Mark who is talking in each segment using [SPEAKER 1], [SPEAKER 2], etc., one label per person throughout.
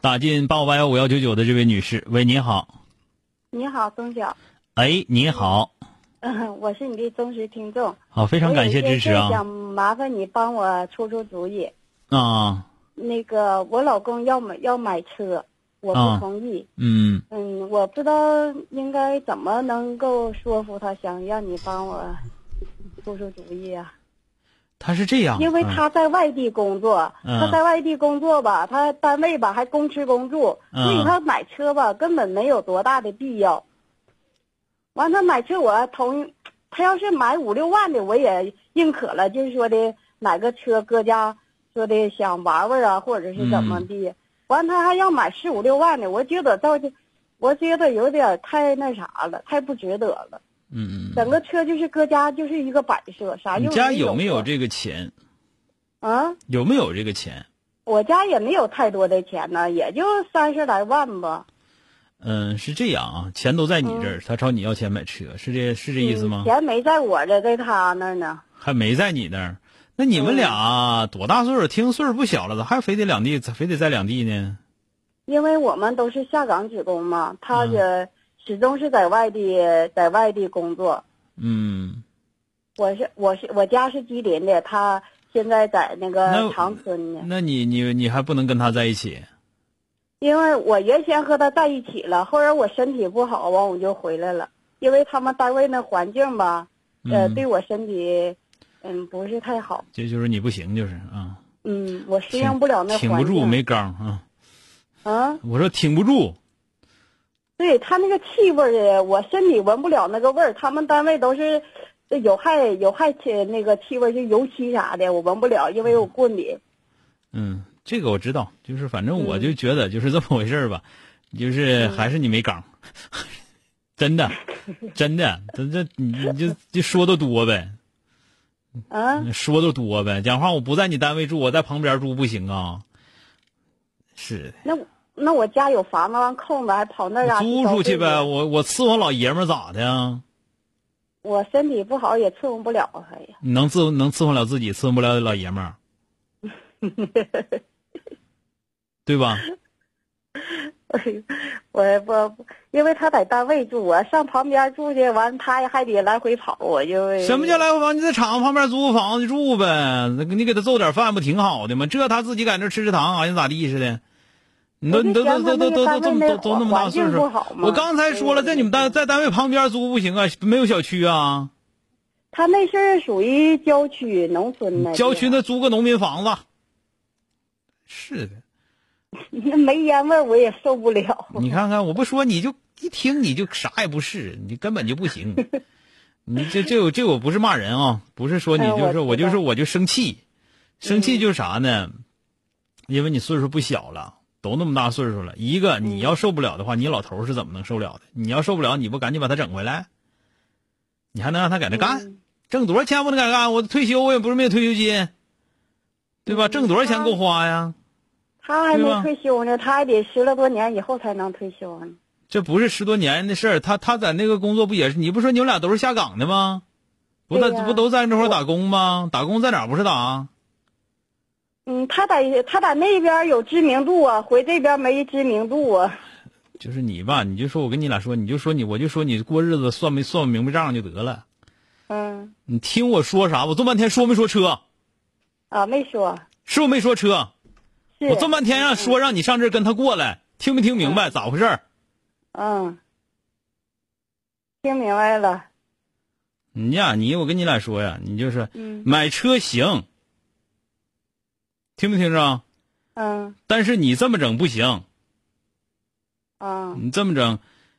[SPEAKER 1] 打进八五八幺五幺九九的这位女士，喂，您好，
[SPEAKER 2] 你好，钟晓，
[SPEAKER 1] 哎，你好，
[SPEAKER 2] 嗯， 我是你的忠实听众，
[SPEAKER 1] 好，非常感谢支持
[SPEAKER 2] 我有一件事想
[SPEAKER 1] 啊，
[SPEAKER 2] 麻烦你帮我出出主意。
[SPEAKER 1] 啊，
[SPEAKER 2] 那个，我老公要买要买车，我
[SPEAKER 1] 啊
[SPEAKER 2] 不同意。
[SPEAKER 1] 嗯，
[SPEAKER 2] 嗯，我不知道应该怎么能够说服他，想让你帮我出出主意啊。
[SPEAKER 1] 他是这样，
[SPEAKER 2] 因为
[SPEAKER 1] 嗯
[SPEAKER 2] 他在外地工作，
[SPEAKER 1] 嗯
[SPEAKER 2] 他在外地工作吧，他单位吧还供吃供住，
[SPEAKER 1] 嗯
[SPEAKER 2] 所以他买车吧根本没有多大的必要。完，他买车我同意，他要是买五六万的我也认可了，就是说的哪个车搁家说的想玩玩啊，或者是怎么地。
[SPEAKER 1] 嗯
[SPEAKER 2] 完，他还要买十五六万的，我觉得到这，我觉得有点太那啥了，太不值得了。
[SPEAKER 1] 嗯嗯
[SPEAKER 2] 整个车就是搁家就是一个摆设，啥
[SPEAKER 1] 嗯，你
[SPEAKER 2] 用
[SPEAKER 1] 家
[SPEAKER 2] 有
[SPEAKER 1] 有没有？这个钱？
[SPEAKER 2] 啊？
[SPEAKER 1] 有没有这个钱？
[SPEAKER 2] 我家也没有太多的钱呢，也就三十来万吧。
[SPEAKER 1] 嗯，是这样啊，钱都在你这儿，他朝你要钱买车，是这是这意思吗
[SPEAKER 2] 嗯嗯？钱没在我这，在他那儿呢。
[SPEAKER 1] 还没在你那儿，那你们
[SPEAKER 2] 嗯
[SPEAKER 1] 俩多大岁数？听岁数不小了，咋还非得两地，非得在两地呢？
[SPEAKER 2] 因为我们都是下岗职工嘛，他
[SPEAKER 1] 嗯
[SPEAKER 2] 也始终是在外地，在外地工作。
[SPEAKER 1] 嗯，
[SPEAKER 2] 我是我是我家是吉林的，他现在在那
[SPEAKER 1] 那
[SPEAKER 2] 个长春呢。
[SPEAKER 1] 那你你你还不能跟他在一起？
[SPEAKER 2] 因为我原先和他在一起了，后来我身体不好，完我就回来了。因为他们单位那环境吧，呃，
[SPEAKER 1] 嗯
[SPEAKER 2] 对我身体，嗯，不是太好。
[SPEAKER 1] 这就是你不行，就是啊，
[SPEAKER 2] 嗯，我适
[SPEAKER 1] 挺
[SPEAKER 2] 应不了那环境。
[SPEAKER 1] 挺不住，没刚啊。
[SPEAKER 2] 啊。
[SPEAKER 1] 我说挺不住，
[SPEAKER 2] 对他那个气味儿，我身体闻不了那个味儿。他们单位都是这有害有害气那个气味儿，就油漆啥的，我闻不了，因为有过敏。
[SPEAKER 1] 嗯，这个我知道，就是反正我就觉得就是这么回事儿吧，就是还是你没刚，真的，真的，这这你你就就说的多呗，
[SPEAKER 2] 啊，
[SPEAKER 1] 说的多呗，讲话我不在你单位住，我在旁边住不行啊？是的，
[SPEAKER 2] 那我那我家有房子，完空着还跑那嘎、啊、
[SPEAKER 1] 租出去呗，。我我伺候老爷们儿咋的呀？
[SPEAKER 2] 我身体不好，也伺候不了。哎呀，
[SPEAKER 1] 你能伺候能伺候了自己，伺候不了老爷们儿，对吧？
[SPEAKER 2] 我不，因为他在单位住，我上旁边住去，完他还得来回跑，我就
[SPEAKER 1] 什么叫来回房？你在厂子旁边租个房子住呗，那个你给他做点饭不挺好的吗？这他自己搁那吃食堂，好像咋地似的。你都
[SPEAKER 2] 我就
[SPEAKER 1] 你都都
[SPEAKER 2] 嫌
[SPEAKER 1] 都
[SPEAKER 2] 他
[SPEAKER 1] 都
[SPEAKER 2] 们
[SPEAKER 1] 都
[SPEAKER 2] 那
[SPEAKER 1] 都这么都都
[SPEAKER 2] 单位那
[SPEAKER 1] 那么大
[SPEAKER 2] 环
[SPEAKER 1] 岁
[SPEAKER 2] 境
[SPEAKER 1] 数
[SPEAKER 2] 不好，嘛
[SPEAKER 1] 我刚才说了，在你们单在单位旁边租不行啊，没有小区啊，
[SPEAKER 2] 他那是属于郊区农村的
[SPEAKER 1] 郊区那租个农民房子。是的，
[SPEAKER 2] 那没烟味儿我也受不了。
[SPEAKER 1] 你看看，我不说你就一听你就啥也不是，你根本就不行。 你这这我这我不是骂人啊，不是说你
[SPEAKER 2] 哎
[SPEAKER 1] 就是、
[SPEAKER 2] 我
[SPEAKER 1] 我
[SPEAKER 2] 知
[SPEAKER 1] 就
[SPEAKER 2] 道嗯
[SPEAKER 1] 是我就生气，生气就是啥呢？因为你岁数不小了，都那么大岁数了，一个
[SPEAKER 2] 嗯
[SPEAKER 1] 你要受不了的话，你老头儿是怎么能受了的？你要受不了，你不赶紧把他整回来？你还能让他搁这干？
[SPEAKER 2] 嗯
[SPEAKER 1] 挣多少钱不能搁这干？我退休我也不是没有退休金，对吧？
[SPEAKER 2] 嗯
[SPEAKER 1] 挣多少钱
[SPEAKER 2] 他
[SPEAKER 1] 够花呀？
[SPEAKER 2] 他还
[SPEAKER 1] 对吧
[SPEAKER 2] 没退休呢，他还得十来多年以后才能退休啊呢。
[SPEAKER 1] 这不是十多年的事儿，他他在那个工作不也是？你不说你们俩都是下岗的吗？不在、
[SPEAKER 2] 对呀
[SPEAKER 1] 不都在那块儿
[SPEAKER 2] 我
[SPEAKER 1] 打工吗？打工在哪儿不是打？
[SPEAKER 2] 嗯，他在他在那边有知名度啊，回这边没知名度啊。
[SPEAKER 1] 就是你吧，你就说我跟你俩说，你就说你，我就说你过日子算没算明白账就得了。
[SPEAKER 2] 嗯，
[SPEAKER 1] 你听我说啥？我这么半天说没说车？
[SPEAKER 2] 啊，没说，
[SPEAKER 1] 是不是没说车？
[SPEAKER 2] 是
[SPEAKER 1] 我这么半天让说让你上这儿跟他过来，听没听明白咋回事儿？
[SPEAKER 2] 嗯，听明白了。
[SPEAKER 1] 你呀，你我跟你俩说呀，你就是
[SPEAKER 2] 嗯
[SPEAKER 1] 买车行，听没听着？
[SPEAKER 2] 嗯
[SPEAKER 1] 但是你这么整不行。
[SPEAKER 2] 啊，
[SPEAKER 1] 你这么整，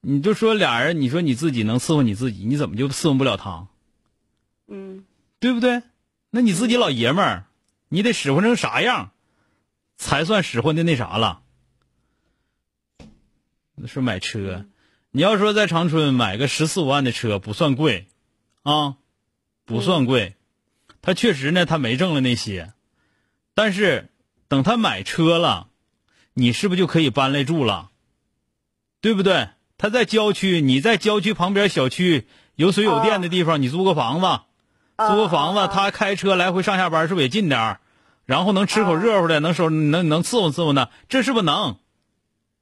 [SPEAKER 1] 你就说俩人，你说你自己能伺候你自己，你怎么就伺候不了他？
[SPEAKER 2] 嗯
[SPEAKER 1] 对不对？那你自己老爷们儿，你得使唤成啥样，才算使唤的那啥了？是买车，你要说在长春买个十四五万的车不算贵，啊，不算贵，他确实呢他没挣了那些，但是等他买车了，你是不是就可以搬来住了？对不对？他在郊区，你在郊区旁边小区有水有电的地方，你租个房子，
[SPEAKER 2] 嗯啊
[SPEAKER 1] 租个房子，他开车来回上下班是不是也近点儿？然后能吃口热乎的，能收能能伺候伺候呢，这是不是能？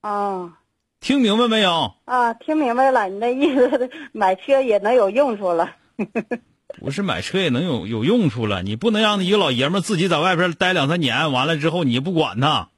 [SPEAKER 3] 啊
[SPEAKER 1] 听明白没有？
[SPEAKER 3] 啊，听明白了，你那意思，买车也能有用处了。
[SPEAKER 1] 不是买车也能有有用处了，你不能让一个老爷们儿自己在外边待两三年，完了之后你也不管他。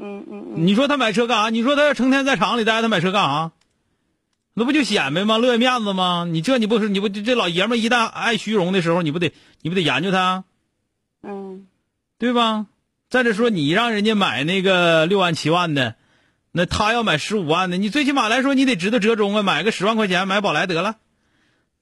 [SPEAKER 3] 嗯嗯嗯，
[SPEAKER 1] 你说他买车干啥？你说他要成天在厂里待，他买车干啥？那不就显摆吗？乐意面子吗？你这你不是你不这老爷们儿一旦爱虚荣的时候，你不得你不得研究他，
[SPEAKER 3] 嗯
[SPEAKER 1] 对吧？再者说，你让人家买那个六万七万的，那他要买十五万的，你最起码来说你得知道折中啊，买个十万块钱买宝来得了，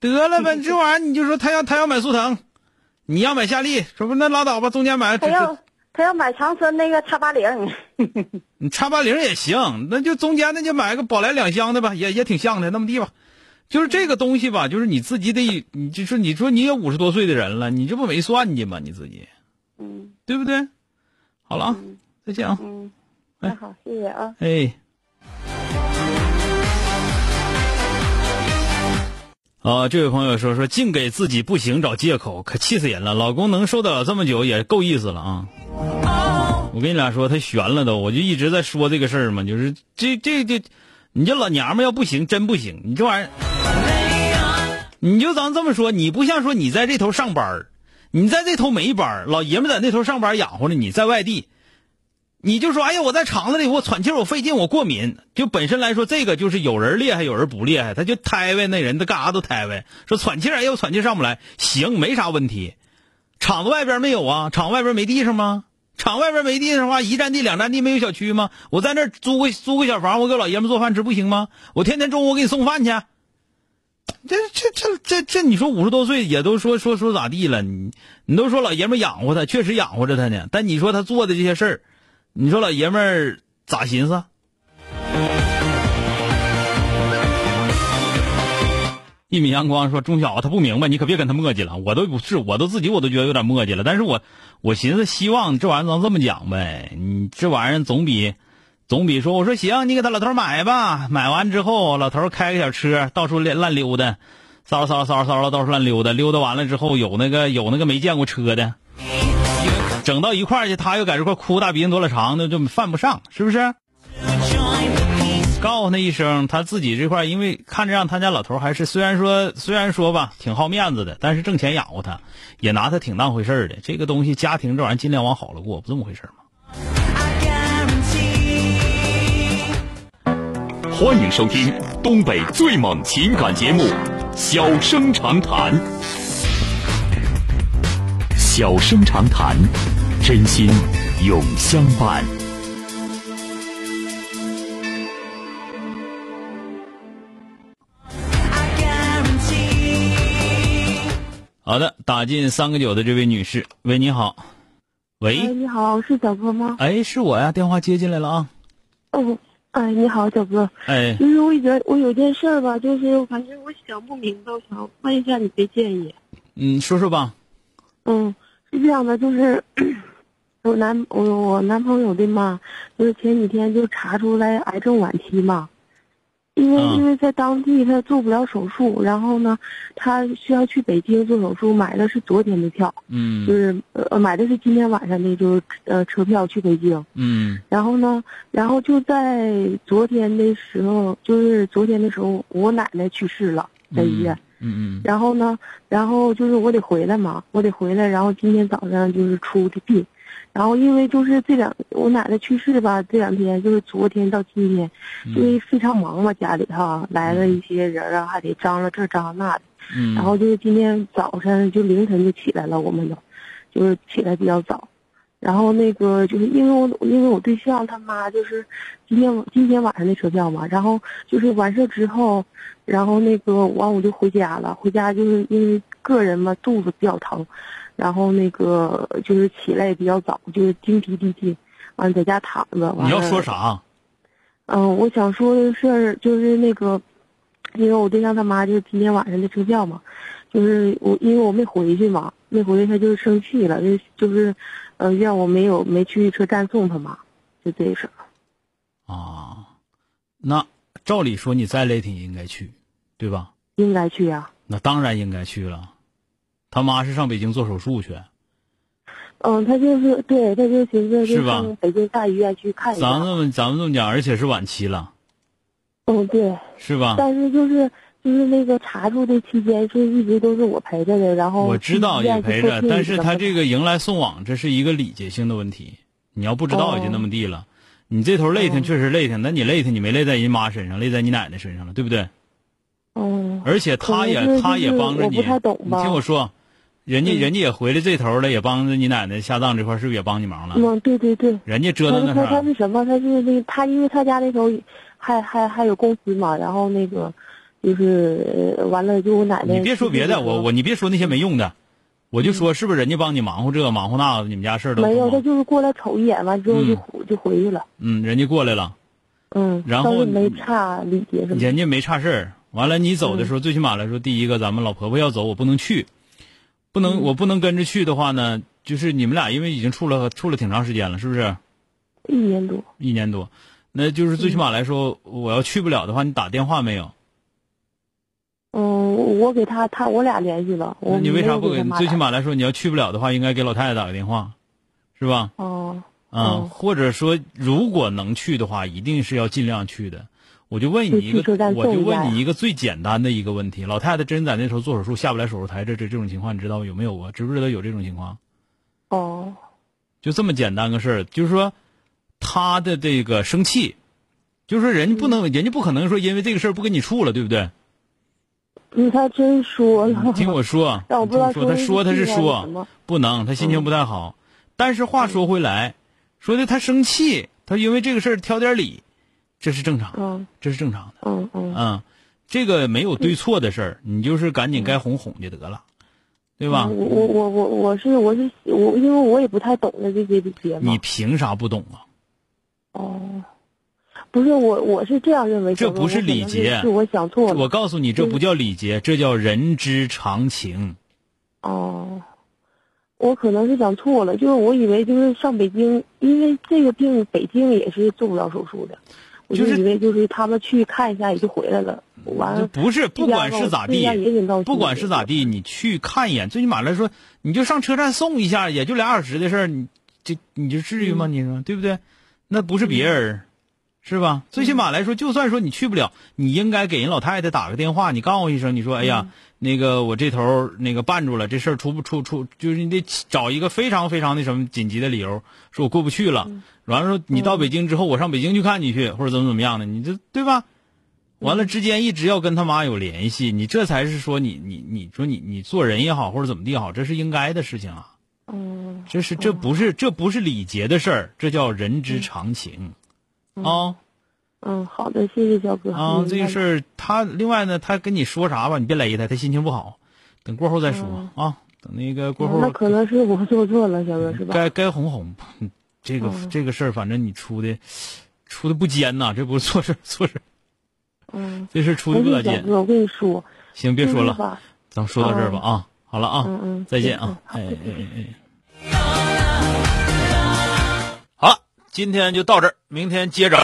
[SPEAKER 1] 得了
[SPEAKER 3] 嗯
[SPEAKER 1] 呗，这玩意儿你就说他要他要买速腾，你要买夏利，说不那拉倒吧，中间买
[SPEAKER 3] 他
[SPEAKER 1] 这这
[SPEAKER 3] 要他要买长春那个叉八 零，
[SPEAKER 2] 嗯
[SPEAKER 1] 你叉八零也行，那就中间那就买个宝来两厢的吧，也也挺像的，那么地吧。就是这个东西吧，就是你自己得，你就说你说你也五十多岁的人了，你这不没算计吗？你自己
[SPEAKER 3] 嗯
[SPEAKER 1] 对不对？好了啊，再见啊，
[SPEAKER 3] 嗯，那好，谢谢啊。
[SPEAKER 1] 哎。啊，这位朋友说说，净给自己不行找借口，可气死人了。老公能受得了这么久，也够意思了啊。我跟你俩说，他悬了都，我就一直在说这个事儿嘛，就是这这这，你这老娘们要不行，真不行，你这玩意儿，你就咱这么说，你不像说你在这头上班儿你在这头没班儿老爷们在那头上班养活着，你在外地，你就说，哎呀，我在厂子里我喘气儿我费劲，我过敏，就本身来说，这个就是有人厉害，有人不厉害，他就胎位那人，他干啥都胎位，说喘气儿，哎呀，我喘气儿上不来，行，没啥问题，厂子外边没有啊？厂外边没地上吗？厂外边没地上的话，一站地两站地没有小区吗？我在那儿租个租个小房，我给老爷们做饭吃不行吗？我天天中午我给你送饭去。这这这这这，你说五十多岁也都说说说咋地了？你你都说老爷们儿养活他，确实养活着他呢。但你说他做的这些事儿，你说老爷们儿咋寻思？一米阳光说：“钟晓，他不明白，你可别跟他磨叽了。我都不是，我都自己我都觉得有点磨叽了。但是我我寻思，希望这玩意儿能这么讲呗。你这玩意儿总比总比说，我说行，你给他老头买吧。买完之后，老头开个小车，到处乱乱溜达，骚骚骚骚到处乱溜达。溜达完了之后，有那个有那个没见过车的，整到一块儿去，他又在这块儿哭大鼻子哆啦长的，就犯不上，是不是？”告诉他一声，他自己这块儿，因为看着让他家老头儿还是虽然说虽然说吧，挺好面子的，但是挣钱养活他，也拿他挺当回事儿的。这个东西，家庭这玩意儿尽量往好了过，不这么回事儿吗？
[SPEAKER 4] 欢迎收听东北最猛情感节目《小生长谈》。小生长谈，真心永相伴。
[SPEAKER 1] 好的，打进三个九的这位女士，喂，你好，
[SPEAKER 2] 哎，
[SPEAKER 1] 喂，
[SPEAKER 2] 你好，是小哥吗？
[SPEAKER 1] 哎，是我呀，电话接进来了啊，
[SPEAKER 2] 哦，哎，你好，小哥，
[SPEAKER 1] 哎，
[SPEAKER 2] 就是我觉得我有件事儿吧，就是反正我想不明白，我想问一下你的建议。
[SPEAKER 1] 嗯，说说吧，
[SPEAKER 2] 嗯，是这样的，就是 我男我我男朋友的妈，就是前几天就查出来癌症晚期嘛，因为、
[SPEAKER 1] 嗯
[SPEAKER 2] 因为在当地他做不了手术，然后呢，他需要去北京做手术，买的是昨天的票，就
[SPEAKER 1] 嗯
[SPEAKER 2] 是呃买的是今天晚上的就是呃车票去北京。
[SPEAKER 1] 嗯
[SPEAKER 2] 然后呢，然后就在昨天的时候，就是昨天的时候，我奶奶去世了，在医院。
[SPEAKER 1] 嗯嗯
[SPEAKER 2] 然后呢，然后就是我得回来嘛，我得回来。然后今天早上就是出的殡，然后因为就是这两我奶奶去世吧，这两天就是昨天到今天，因为非常忙嘛，家里哈来了一些人啊，还得张罗这张罗那的。
[SPEAKER 1] 嗯，
[SPEAKER 2] 然后就是今天早上就凌晨就起来了，我们都就是起来比较早。然后那个就是因为我因为我对象他妈就是今天今天晚上的车票嘛，然后就是完事之后，然后那个完我就回家了，回家就是因为个人嘛肚子比较疼，然后那个就是起来也比较早，就是精疲力尽，完在家躺着。完
[SPEAKER 1] 你要
[SPEAKER 2] 了
[SPEAKER 1] 说啥？
[SPEAKER 2] 嗯，我想说的是，就是那个，因为我对象他妈就是今天晚上的车票嘛，就是我因为我没回去嘛，没回去他就是生气了，就就是，呃，怨我没有没去车站送他妈，就这事儿。
[SPEAKER 1] 啊，那照理说你在雷霆应该去，对吧？
[SPEAKER 2] 应该去啊呀、
[SPEAKER 1] 那当然应该去了。他妈是上北京做手术
[SPEAKER 2] 哎
[SPEAKER 1] 去，
[SPEAKER 2] 嗯，他就是对，他就寻思
[SPEAKER 1] 是
[SPEAKER 2] 就
[SPEAKER 1] 吧
[SPEAKER 2] 上北京大医院去看一
[SPEAKER 1] 咱
[SPEAKER 2] 下。
[SPEAKER 1] 们咱们这么讲，而且是晚期了，
[SPEAKER 2] 嗯，对，
[SPEAKER 1] 是吧？
[SPEAKER 2] 但是就是就是那个查住的期间，就一直都是我陪着的，然后
[SPEAKER 1] 我知道
[SPEAKER 2] 去医院
[SPEAKER 1] 也陪
[SPEAKER 2] 去
[SPEAKER 1] 着，
[SPEAKER 2] 做
[SPEAKER 1] 但
[SPEAKER 2] 病
[SPEAKER 1] 是
[SPEAKER 2] 什
[SPEAKER 1] 他
[SPEAKER 2] 么
[SPEAKER 1] 这个迎来送往，这是一个礼节性的问题。你要不知道也就那么地了。你这头累挺，
[SPEAKER 2] 哦
[SPEAKER 1] 确实累挺，那你累挺，你没累在人妈身上，累在你奶奶身上了，对不对？
[SPEAKER 2] 嗯
[SPEAKER 1] 而且他
[SPEAKER 2] 可能
[SPEAKER 1] 也
[SPEAKER 2] 是
[SPEAKER 1] 他也
[SPEAKER 2] 就是
[SPEAKER 1] 帮着
[SPEAKER 2] 我
[SPEAKER 1] 你，
[SPEAKER 2] 不太懂
[SPEAKER 1] 你
[SPEAKER 2] 吧
[SPEAKER 1] 听我说，人家
[SPEAKER 2] 嗯
[SPEAKER 1] 人家也回来这头了，也帮着你奶奶下葬这块，是不是也帮你忙了？
[SPEAKER 2] 嗯，对对对。
[SPEAKER 1] 人家折
[SPEAKER 2] 他
[SPEAKER 1] 腾那
[SPEAKER 2] 他他
[SPEAKER 1] 啥，
[SPEAKER 2] 是什么？他是那他因为他家那时候还还还有公司嘛，然后那个就是呃完了就我奶奶。
[SPEAKER 1] 你别说别的，我我你别说那些没用的，我就说是不是人家帮你忙活这忙活那的，你们家事儿都
[SPEAKER 2] 没有，
[SPEAKER 1] 不
[SPEAKER 2] 他
[SPEAKER 1] 忙
[SPEAKER 2] 就是过来瞅一眼，完之后就
[SPEAKER 1] 嗯
[SPEAKER 2] 回就回去了。
[SPEAKER 1] 嗯，人家过来了。
[SPEAKER 2] 嗯，
[SPEAKER 1] 然后
[SPEAKER 2] 倒是没差礼节什么的。
[SPEAKER 1] 人家没差事儿。完了，你走的时
[SPEAKER 2] 嗯
[SPEAKER 1] 候，最起码来说，第一个，咱们老婆婆要走，我不能去，不
[SPEAKER 2] 嗯
[SPEAKER 1] 能，我不能跟着去的话呢，就是你们俩因为已经处了处了挺长时间了，是不是？
[SPEAKER 2] 一年多，
[SPEAKER 1] 一年多，那就是最起码来说，我要去不了的话，你打电话没有？
[SPEAKER 2] 嗯，我给他他我俩联系了，我
[SPEAKER 1] 那你为啥不
[SPEAKER 2] 没
[SPEAKER 1] 给
[SPEAKER 2] 有他？妈
[SPEAKER 1] 最起
[SPEAKER 2] 打
[SPEAKER 1] 码来说，你要去不了的话，应该给老太太打个电话，是吧？
[SPEAKER 2] 哦，
[SPEAKER 1] 啊、
[SPEAKER 2] 嗯
[SPEAKER 1] 或者说，如果能去的话，一定是要尽量去的。我就问你一
[SPEAKER 2] 就去车
[SPEAKER 1] 个，
[SPEAKER 2] 站
[SPEAKER 1] 我就
[SPEAKER 2] 送一下
[SPEAKER 1] 问
[SPEAKER 2] 呀
[SPEAKER 1] 你一个最简单的一个问题：老太太真在那时候做手术下不来手术台，这这这种情况，你知道有没有啊过？知不知道有这种情况？
[SPEAKER 2] 哦，
[SPEAKER 1] 就这么简单个事儿，就是说，她的这个生气，就是说人家不能，人家不可能说因为这个事儿不跟你处了，对不 对？
[SPEAKER 2] 嗯，他真说了，
[SPEAKER 1] 听我说，啊
[SPEAKER 2] 但我
[SPEAKER 1] 你
[SPEAKER 2] 不知道
[SPEAKER 1] 听我说，她说她是
[SPEAKER 2] 是
[SPEAKER 1] 说，
[SPEAKER 2] 什么，
[SPEAKER 1] 不能，他心情不太好。
[SPEAKER 2] 嗯
[SPEAKER 1] 但是话说回来，说的他生气，他因为这个事儿挑点理，这是正常，
[SPEAKER 2] 嗯
[SPEAKER 1] 这是正常的。
[SPEAKER 2] 嗯嗯，
[SPEAKER 1] 嗯，这个没有对错的事儿，你就是赶紧该哄哄就得了，对
[SPEAKER 2] 对
[SPEAKER 1] 吧？
[SPEAKER 2] 嗯我我我我我是我是我，因为我也不太懂得这些礼节嘛
[SPEAKER 1] 你。凭啥不懂啊？
[SPEAKER 2] 哦，不是我我是这样认为，
[SPEAKER 1] 这
[SPEAKER 2] 小哥
[SPEAKER 1] 不是
[SPEAKER 2] 我可能
[SPEAKER 1] 礼节
[SPEAKER 2] 是我想错了。
[SPEAKER 1] 我告诉你，这不叫礼节，这叫人之常情。
[SPEAKER 2] 哦，我可能是想错了，就是我以为就是上北京，因为这个病北京也是做不了手术的，我
[SPEAKER 1] 就是嗯
[SPEAKER 2] 以为就是他们去看一下也就回来了，完
[SPEAKER 1] 这
[SPEAKER 2] 了。
[SPEAKER 1] 不是，不管是咋
[SPEAKER 2] 这样也
[SPEAKER 1] 地，
[SPEAKER 2] 得闹心
[SPEAKER 1] 不管是咋地，你去看一眼，最起码来说，你就上车站送一下，也就俩小时的事儿，你这你就至于吗？你说对不对？那不是别人儿，是吧？最起码来说，就算说你去不了，你应该给人老太太打个电话，你告诉一声，你说哎呀，那个我这头儿那个绊住了，这事儿出不出出，就是你得找一个非常非常那什么紧急的理由，说我过不去了。完了说你到北京之后，我上北京去看你去，或者怎么怎么样的，你这对吧？完了之间一直要跟他妈有联系，你这才是说你你你说你你做人也好或者怎么地也好，这是应该的事情啊，
[SPEAKER 2] 嗯
[SPEAKER 1] 这是这不是这不是礼节的事儿，这叫人之常情，啊
[SPEAKER 2] 嗯，好的，谢谢小哥。
[SPEAKER 1] 啊，
[SPEAKER 2] 嗯
[SPEAKER 1] 这个事儿他另外呢，他跟你说啥吧，你别勒他，他心情不好，等过后再说啊，等那个过
[SPEAKER 2] 嗯那
[SPEAKER 1] 后嗯
[SPEAKER 2] 可能是我做错了，小哥是吧？
[SPEAKER 1] 该该哄哄，这个
[SPEAKER 2] 嗯
[SPEAKER 1] 这个事儿反正你出的出的不尖呐，这不是错事儿错事儿，
[SPEAKER 2] 嗯，
[SPEAKER 1] 这事儿出的
[SPEAKER 2] 不
[SPEAKER 1] 不咋
[SPEAKER 2] 是小
[SPEAKER 1] 尖，
[SPEAKER 2] 哥，我跟你说，
[SPEAKER 1] 行别说
[SPEAKER 2] 就是
[SPEAKER 1] 了。
[SPEAKER 2] 吧
[SPEAKER 1] 咱们说到这儿吧啊，好了啊，
[SPEAKER 2] 嗯嗯
[SPEAKER 1] 再见啊，哎哎哎哎。好了，今天就到这儿，明天接着。